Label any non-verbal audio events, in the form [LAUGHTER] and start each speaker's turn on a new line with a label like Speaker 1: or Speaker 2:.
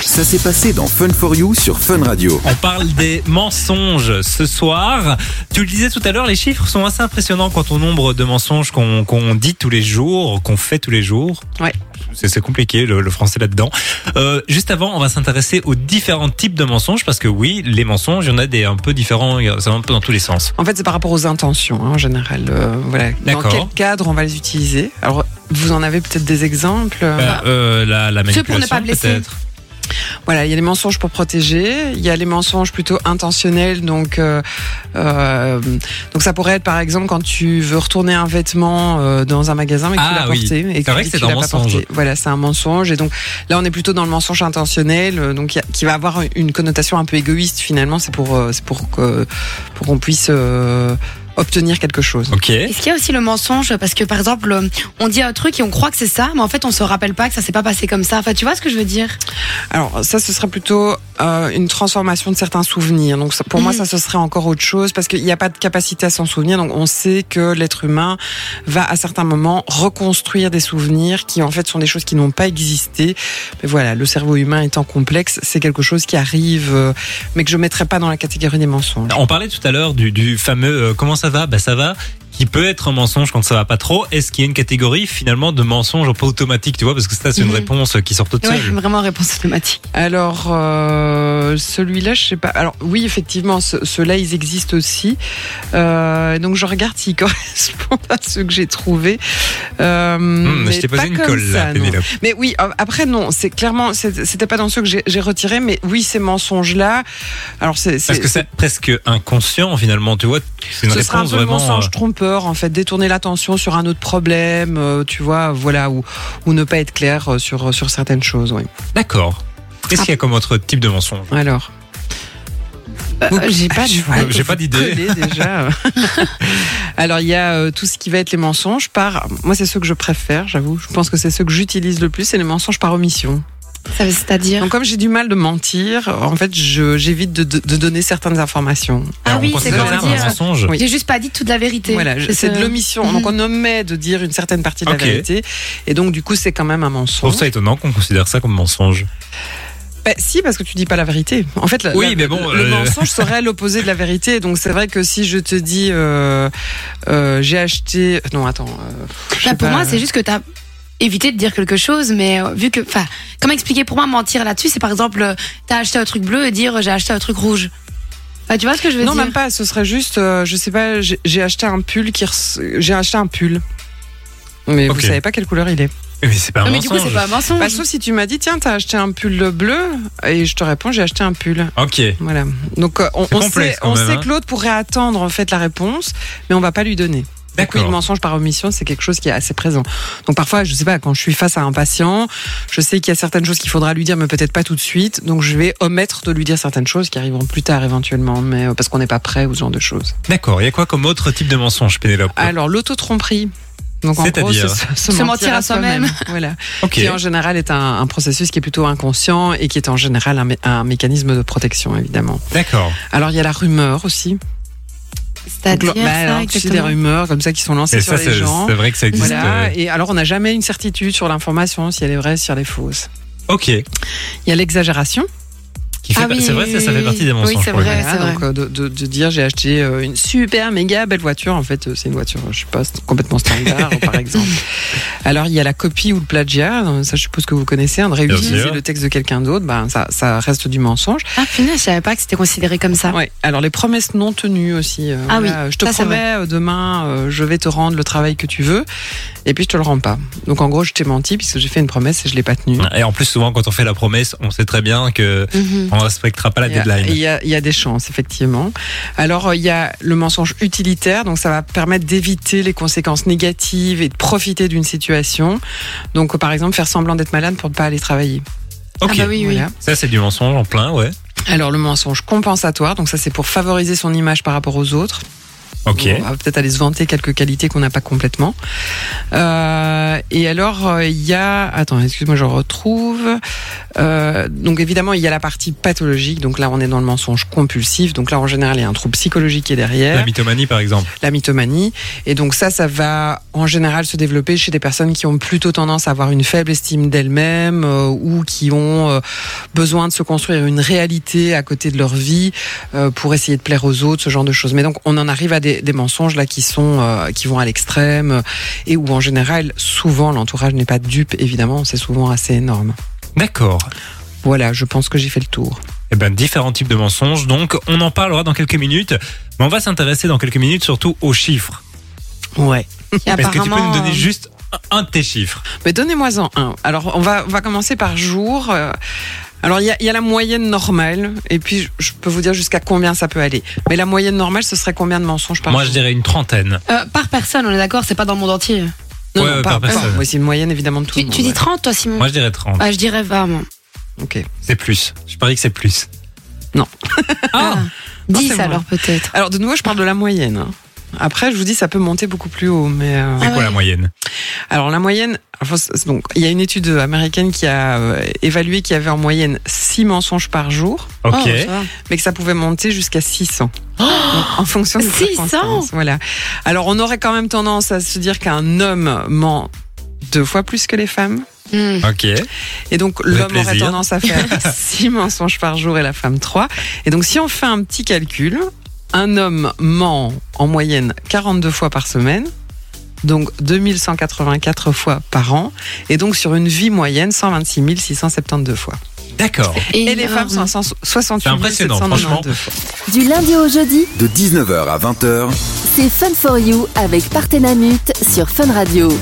Speaker 1: Ça s'est passé dans Fun for You sur Fun Radio.
Speaker 2: On parle des mensonges ce soir. Tu le disais tout à l'heure, les chiffres sont assez impressionnants quant au nombre de mensonges qu'on qu'on dit tous les jours, qu'on fait tous les jours.
Speaker 3: Ouais.
Speaker 2: C'est c'est compliqué le, le français là-dedans. Euh, juste avant, on va s'intéresser aux différents types de mensonges parce que oui, les mensonges, il y en a des un peu différents, ça va un peu dans tous les sens.
Speaker 3: En fait, c'est par rapport aux intentions hein, en général. euh, voilà. Dans
Speaker 2: D'accord.
Speaker 3: quel cadre on va les utiliser Alors, vous en avez peut-être des exemples.
Speaker 2: Bah, euh, la, la
Speaker 4: Ah. Ceux pour ne
Speaker 2: manipulation
Speaker 4: pas blesser.
Speaker 2: peut-être.
Speaker 3: Voilà, il y a les mensonges pour protéger, il y a les mensonges plutôt intentionnels. Donc, euh, euh, donc ça pourrait être par exemple quand tu veux retourner un vêtement euh, dans un magasin mais que
Speaker 2: Ah
Speaker 3: tu l'as
Speaker 2: oui.
Speaker 3: porté et que,
Speaker 2: vrai
Speaker 3: et
Speaker 2: que c'est
Speaker 3: tu
Speaker 2: un
Speaker 3: l'as pas
Speaker 2: mensonge.
Speaker 3: porté. Voilà, c'est un mensonge. Et donc là, on est plutôt dans le mensonge intentionnel, euh, donc il y a- qui va avoir une connotation un peu égoïste finalement. C'est pour, euh, c'est pour que pour qu'on puisse euh, obtenir quelque chose.
Speaker 2: Ok.
Speaker 4: Est-ce qu'il y a aussi le mensonge Parce que par exemple, euh, on dit un truc et on croit que c'est ça, mais en fait, on se rappelle pas que ça s'est pas passé comme ça. Enfin, tu vois ce que je veux dire
Speaker 3: Alors ça, ce serait plutôt euh, une transformation de certains souvenirs. Donc ça- pour moi,
Speaker 4: Mhm.
Speaker 3: ça, ce serait encore autre chose parce qu'il n'y a pas de capacité à s'en souvenir. Donc on sait que l'être humain va à certains moments reconstruire des souvenirs qui en fait sont des choses qui n'ont pas existé. Mais voilà, le cerveau humain étant complexe, c'est quelque chose qui arrive, euh, mais que je mettrais pas dans la catégorie des mensonges.
Speaker 2: On parlait tout à l'heure du, du fameux euh, comment ça va Bah ça va qui peut être un mensonge quand ça va pas trop. Est-ce qu'il y a une catégorie finalement de mensonges un peu automatique, tu vois Parce que ça, c'est une
Speaker 3: Mm.
Speaker 4: Mhm.
Speaker 2: réponse qui sort toute
Speaker 4: Ouais,
Speaker 2: seule. Mm,
Speaker 4: vraiment réponse automatique.
Speaker 3: Alors euh, celui-là, je sais pas. Alors oui, effectivement, ce- ceux-là, ils existent aussi. Euh, donc je regarde s'ils [LAUGHS] correspondent à ceux que j'ai trouvés. Euh,
Speaker 2: Hum,
Speaker 3: mais
Speaker 2: je t'ai
Speaker 3: pas
Speaker 2: posé une
Speaker 3: comme
Speaker 2: colle
Speaker 3: ça,
Speaker 2: là,
Speaker 3: non.
Speaker 2: Pénélope.
Speaker 3: Mais oui, euh, après non, c'est clairement, c'est- c'était pas dans ceux que j'ai- j'ai retirés, mais oui, ces mensonges-là. Alors c'est
Speaker 2: Parce
Speaker 3: c'est-
Speaker 2: que c'est presque inconscient finalement, tu vois. C'est une
Speaker 3: ce sera un
Speaker 2: réponse
Speaker 3: peu le
Speaker 2: vraiment.
Speaker 3: mensonge
Speaker 2: euh,
Speaker 3: trompeur, en fait, détourner l'attention sur un autre problème, euh, tu vois, voilà, ou, ou ne pas être clair euh, sur, sur certaines choses, oui.
Speaker 2: D'accord. Qu'est-ce
Speaker 3: Ah.
Speaker 2: qu'il y a comme autre type de mensonge
Speaker 3: Alors.
Speaker 4: Euh, j'ai pas
Speaker 3: Je
Speaker 4: de-
Speaker 3: vois,
Speaker 2: Euh, j'ai
Speaker 3: vous
Speaker 2: pas d'idée.
Speaker 3: connaissez déjà. euh. Alors il y a euh, tout ce qui va être les mensonges par. Moi c'est ceux que je préfère, j'avoue. Je pense que c'est ceux que j'utilise le plus, c'est les mensonges par omission.
Speaker 4: Ça veut- C'est-à-dire
Speaker 3: Donc comme j'ai du mal de mentir, en fait je- j'évite de, de- de donner certaines informations.
Speaker 4: Ah
Speaker 2: Alors, on
Speaker 4: oui, c'est
Speaker 2: considère
Speaker 4: quand
Speaker 2: ça
Speaker 3: considéré
Speaker 4: on
Speaker 2: comme
Speaker 4: dit.
Speaker 2: un
Speaker 4: euh,
Speaker 2: mensonge.
Speaker 3: oui.
Speaker 4: J'ai juste pas dit toute la vérité.
Speaker 3: Voilà, je- c'est
Speaker 4: ça.
Speaker 3: de l'omission. Donc on omet de dire une certaine partie de la
Speaker 2: Ok.
Speaker 3: vérité, et donc du coup c'est quand même un
Speaker 2: Je trouve
Speaker 3: mensonge.
Speaker 2: ça étonnant qu'on considère ça comme mensonge.
Speaker 3: Bah, si, parce que tu dis pas la vérité. En fait, la-
Speaker 2: Oui,
Speaker 3: la-
Speaker 2: mais bon,
Speaker 3: le
Speaker 2: euh,
Speaker 3: mensonge serait l'opposé de la vérité. Donc c'est vrai que si je te dis, euh, euh, j'ai acheté, non, attends. euh, je
Speaker 4: Bah,
Speaker 3: sais
Speaker 4: pour
Speaker 3: pas.
Speaker 4: moi, c'est juste que t'as évité de dire quelque chose, mais euh, vu que. Enfin, comment expliquer pour moi mentir là-dessus C'est par exemple, euh, t'as acheté un truc bleu et dire euh, j'ai acheté un truc rouge. Enfin, tu vois ce que je veux
Speaker 3: Non,
Speaker 4: dire
Speaker 3: même pas. Ce serait juste, euh, je sais pas. J'ai j'ai acheté un pull qui, res- j'ai acheté un pull. Mais
Speaker 2: Ok.
Speaker 3: vous savez pas quelle couleur il est.
Speaker 4: Mmh.
Speaker 2: Mais c'est pas un
Speaker 4: Non, mais du coup,
Speaker 2: mensonge.
Speaker 4: c'est pas un mensonge.
Speaker 3: Bah, sauf si tu m'as dit, tiens, t'as acheté un pull bleu, et je te réponds, j'ai acheté un pull.
Speaker 2: Ok.
Speaker 3: Voilà. Donc euh, on,
Speaker 2: C'est
Speaker 3: on
Speaker 2: complexe
Speaker 3: sait,
Speaker 2: quand
Speaker 3: on
Speaker 2: même,
Speaker 3: sait
Speaker 2: hein.
Speaker 3: que l'autre pourrait attendre en fait la réponse, mais on va pas lui donner. Donc oui,
Speaker 2: D'accord.
Speaker 3: le mensonge par omission, c'est quelque chose qui est assez présent. Donc parfois, je sais pas, quand je suis face à un patient, je sais qu'il y a certaines choses qu'il faudra lui dire, mais peut-être pas tout de suite. Donc je vais omettre de lui dire certaines choses qui arriveront plus tard éventuellement, mais euh, parce qu'on n'est pas prêt ou ce genre de choses.
Speaker 2: D'accord. Il y a quoi comme autre type de mensonge, Pénélope
Speaker 3: Alors l'autotromperie. Donc en gros,
Speaker 2: C'est-à-dire
Speaker 3: se,
Speaker 4: Se mentir à soi-même.
Speaker 3: voilà.
Speaker 2: Ok.
Speaker 3: Qui en général est un, un processus qui est plutôt inconscient et qui est en général un mé- un mécanisme de protection évidemment.
Speaker 2: D'accord.
Speaker 3: Alors il y a la rumeur aussi.
Speaker 4: C'est-à-dire.
Speaker 3: Donc, bah,
Speaker 4: ça,
Speaker 3: alors, tu sais, des
Speaker 4: exactement.
Speaker 3: rumeurs comme ça qui sont lancées
Speaker 2: Et
Speaker 3: sur
Speaker 2: ça,
Speaker 3: les
Speaker 2: c'est
Speaker 3: gens.
Speaker 2: c'est vrai que ça existe.
Speaker 3: Voilà.
Speaker 2: euh,
Speaker 3: Et alors, on n'a jamais une certitude sur l'information, si elle est vraie, si elle est fausse.
Speaker 2: euh, Ok.
Speaker 3: Il y a l'exagération,
Speaker 2: Qui fait
Speaker 4: Ah
Speaker 2: pas-
Speaker 4: oui,
Speaker 2: c'est vrai, ça, ça
Speaker 4: oui,
Speaker 2: fait partie des
Speaker 4: oui,
Speaker 2: mensonges.
Speaker 4: c'est
Speaker 2: pour le
Speaker 4: vrai.
Speaker 2: coup.
Speaker 3: Voilà,
Speaker 4: c'est
Speaker 3: donc euh, de, de- de dire j'ai acheté euh, une super méga belle voiture. En fait, euh, c'est une voiture, je sais pas, complètement standard,
Speaker 2: [LAUGHS]
Speaker 3: par exemple. Alors, il y a la copie ou le plagiat. Euh, Ça, je suppose que vous connaissez. hein, de réutiliser
Speaker 2: sûr.
Speaker 3: le texte de quelqu'un d'autre, ben ça, ça reste du mensonge.
Speaker 4: Ah, punaise, je savais pas que c'était considéré comme ça.
Speaker 3: Ouais. Alors, les promesses non tenues aussi. euh,
Speaker 4: Ah oui,
Speaker 3: voilà, je te
Speaker 4: ça, c'est
Speaker 3: promets euh, demain, euh, je vais te rendre le travail que tu veux, et puis je te le rends pas. Donc, en gros, je t'ai menti puisque j'ai fait une promesse et je l'ai pas tenue.
Speaker 2: Et en plus, souvent, quand on fait la promesse, on sait très bien que
Speaker 4: Mhm.
Speaker 2: on respectera pas la
Speaker 3: Il y a- Il
Speaker 2: deadline.
Speaker 3: y, a, il y a des chances, effectivement. Alors, euh, il y a le mensonge utilitaire, donc ça va permettre d'éviter les conséquences négatives et de profiter d'une situation. Donc, euh, par exemple, faire semblant d'être malade pour ne pas aller travailler.
Speaker 2: Ok.
Speaker 4: Ah bah oui, oui.
Speaker 3: Voilà.
Speaker 2: Ça, c'est du mensonge en plein, ouais.
Speaker 3: Alors, le mensonge compensatoire, donc ça c'est pour favoriser son image par rapport aux autres.
Speaker 2: Ok.
Speaker 3: On va peut-être aller se vanter quelques qualités qu'on n'a pas complètement. Euh, et alors, euh, il y a... Attends, excuse-moi, je retrouve. Euh, donc évidemment, il y a la partie pathologique. Donc là, on est dans le mensonge compulsif. Donc là, en général, il y a un trouble psychologique qui est
Speaker 2: La
Speaker 3: derrière,
Speaker 2: mythomanie, par exemple.
Speaker 3: la mythomanie. Et donc ça, ça va en général se développer chez des personnes qui ont plutôt tendance à avoir une faible estime d'elles-mêmes euh, ou qui ont euh, besoin de se construire une réalité à côté de leur vie euh, pour essayer de plaire aux autres, ce genre de choses. Mais donc, on en arrive à des, des mensonges là qui sont euh, qui vont à l'extrême euh, et où en général, souvent, l'entourage n'est pas dupe. Évidemment, c'est souvent assez énorme.
Speaker 2: D'accord.
Speaker 3: Voilà, je pense que j'ai fait le tour.
Speaker 2: Eh ben, différents types de mensonges. Donc, on en parlera dans quelques minutes. Mais on va s'intéresser dans quelques minutes surtout aux chiffres.
Speaker 3: Ouais.
Speaker 2: Est-ce que tu peux nous donner
Speaker 4: euh,
Speaker 2: juste un un de tes chiffres
Speaker 3: Mais donnez-moi-en un. Alors, on va, on va commencer par jour. Euh, Alors, il y a, il y a la moyenne normale, et puis je, je peux vous dire jusqu'à combien ça peut aller. Mais la moyenne normale, ce serait combien de mensonges par
Speaker 2: Moi, je
Speaker 3: jour
Speaker 2: dirais une trentaine.
Speaker 4: euh, par personne, on est d'accord, c'est pas dans le monde entier.
Speaker 3: Non,
Speaker 2: Ouais,
Speaker 3: non,
Speaker 2: ouais,
Speaker 3: pas,
Speaker 2: par
Speaker 3: pas.
Speaker 2: personne.
Speaker 3: Oui, c'est une moyenne, évidemment, de tout
Speaker 4: Tu,
Speaker 3: le
Speaker 4: tu
Speaker 3: monde.
Speaker 4: dis
Speaker 3: ouais.
Speaker 4: 30, toi, Simon
Speaker 2: Moi, je dirais 30.
Speaker 4: Ah, Je dirais 20. moi.
Speaker 3: Ok.
Speaker 2: C'est plus. Je parie que c'est plus.
Speaker 3: Non.
Speaker 2: Ah
Speaker 4: Ah, 10
Speaker 3: forcément.
Speaker 4: alors peut-être.
Speaker 3: Alors, de nouveau, je parle de la moyenne. hein. Après, je vous dis, ça peut monter beaucoup plus haut, mais... euh,
Speaker 2: C'est
Speaker 4: Ah
Speaker 2: quoi
Speaker 4: ouais.
Speaker 2: la moyenne
Speaker 3: Alors la moyenne, enfin, c'est- donc il y a une étude américaine qui a euh, évalué qu'il y avait en moyenne 6 mensonges par jour,
Speaker 2: Ok.
Speaker 4: Oh, ça va.
Speaker 3: mais que ça pouvait monter jusqu'à 600. Donc, en fonction des
Speaker 4: 600?
Speaker 3: circonstances, voilà. Alors on aurait quand même tendance à se dire qu'un homme ment deux fois plus que les femmes.
Speaker 4: Hmm.
Speaker 2: ok.
Speaker 3: Et donc
Speaker 2: fait
Speaker 3: l'homme aurait
Speaker 2: plaisir.
Speaker 3: tendance
Speaker 2: [LAUGHS]
Speaker 3: à faire 6 mensonges par jour et la femme 3. Et donc si on fait un petit calcul, un homme ment en moyenne 42 fois par semaine, donc 2184 fois par an, et donc sur une vie moyenne 126 672 fois.
Speaker 2: D'accord.
Speaker 3: Et les femmes sont à 168
Speaker 2: C'est impressionnant,
Speaker 3: 792 fois.
Speaker 5: Du lundi au jeudi,
Speaker 1: De 19h à 20h,
Speaker 5: c'est Fun for You avec Partenamut sur Fun Radio.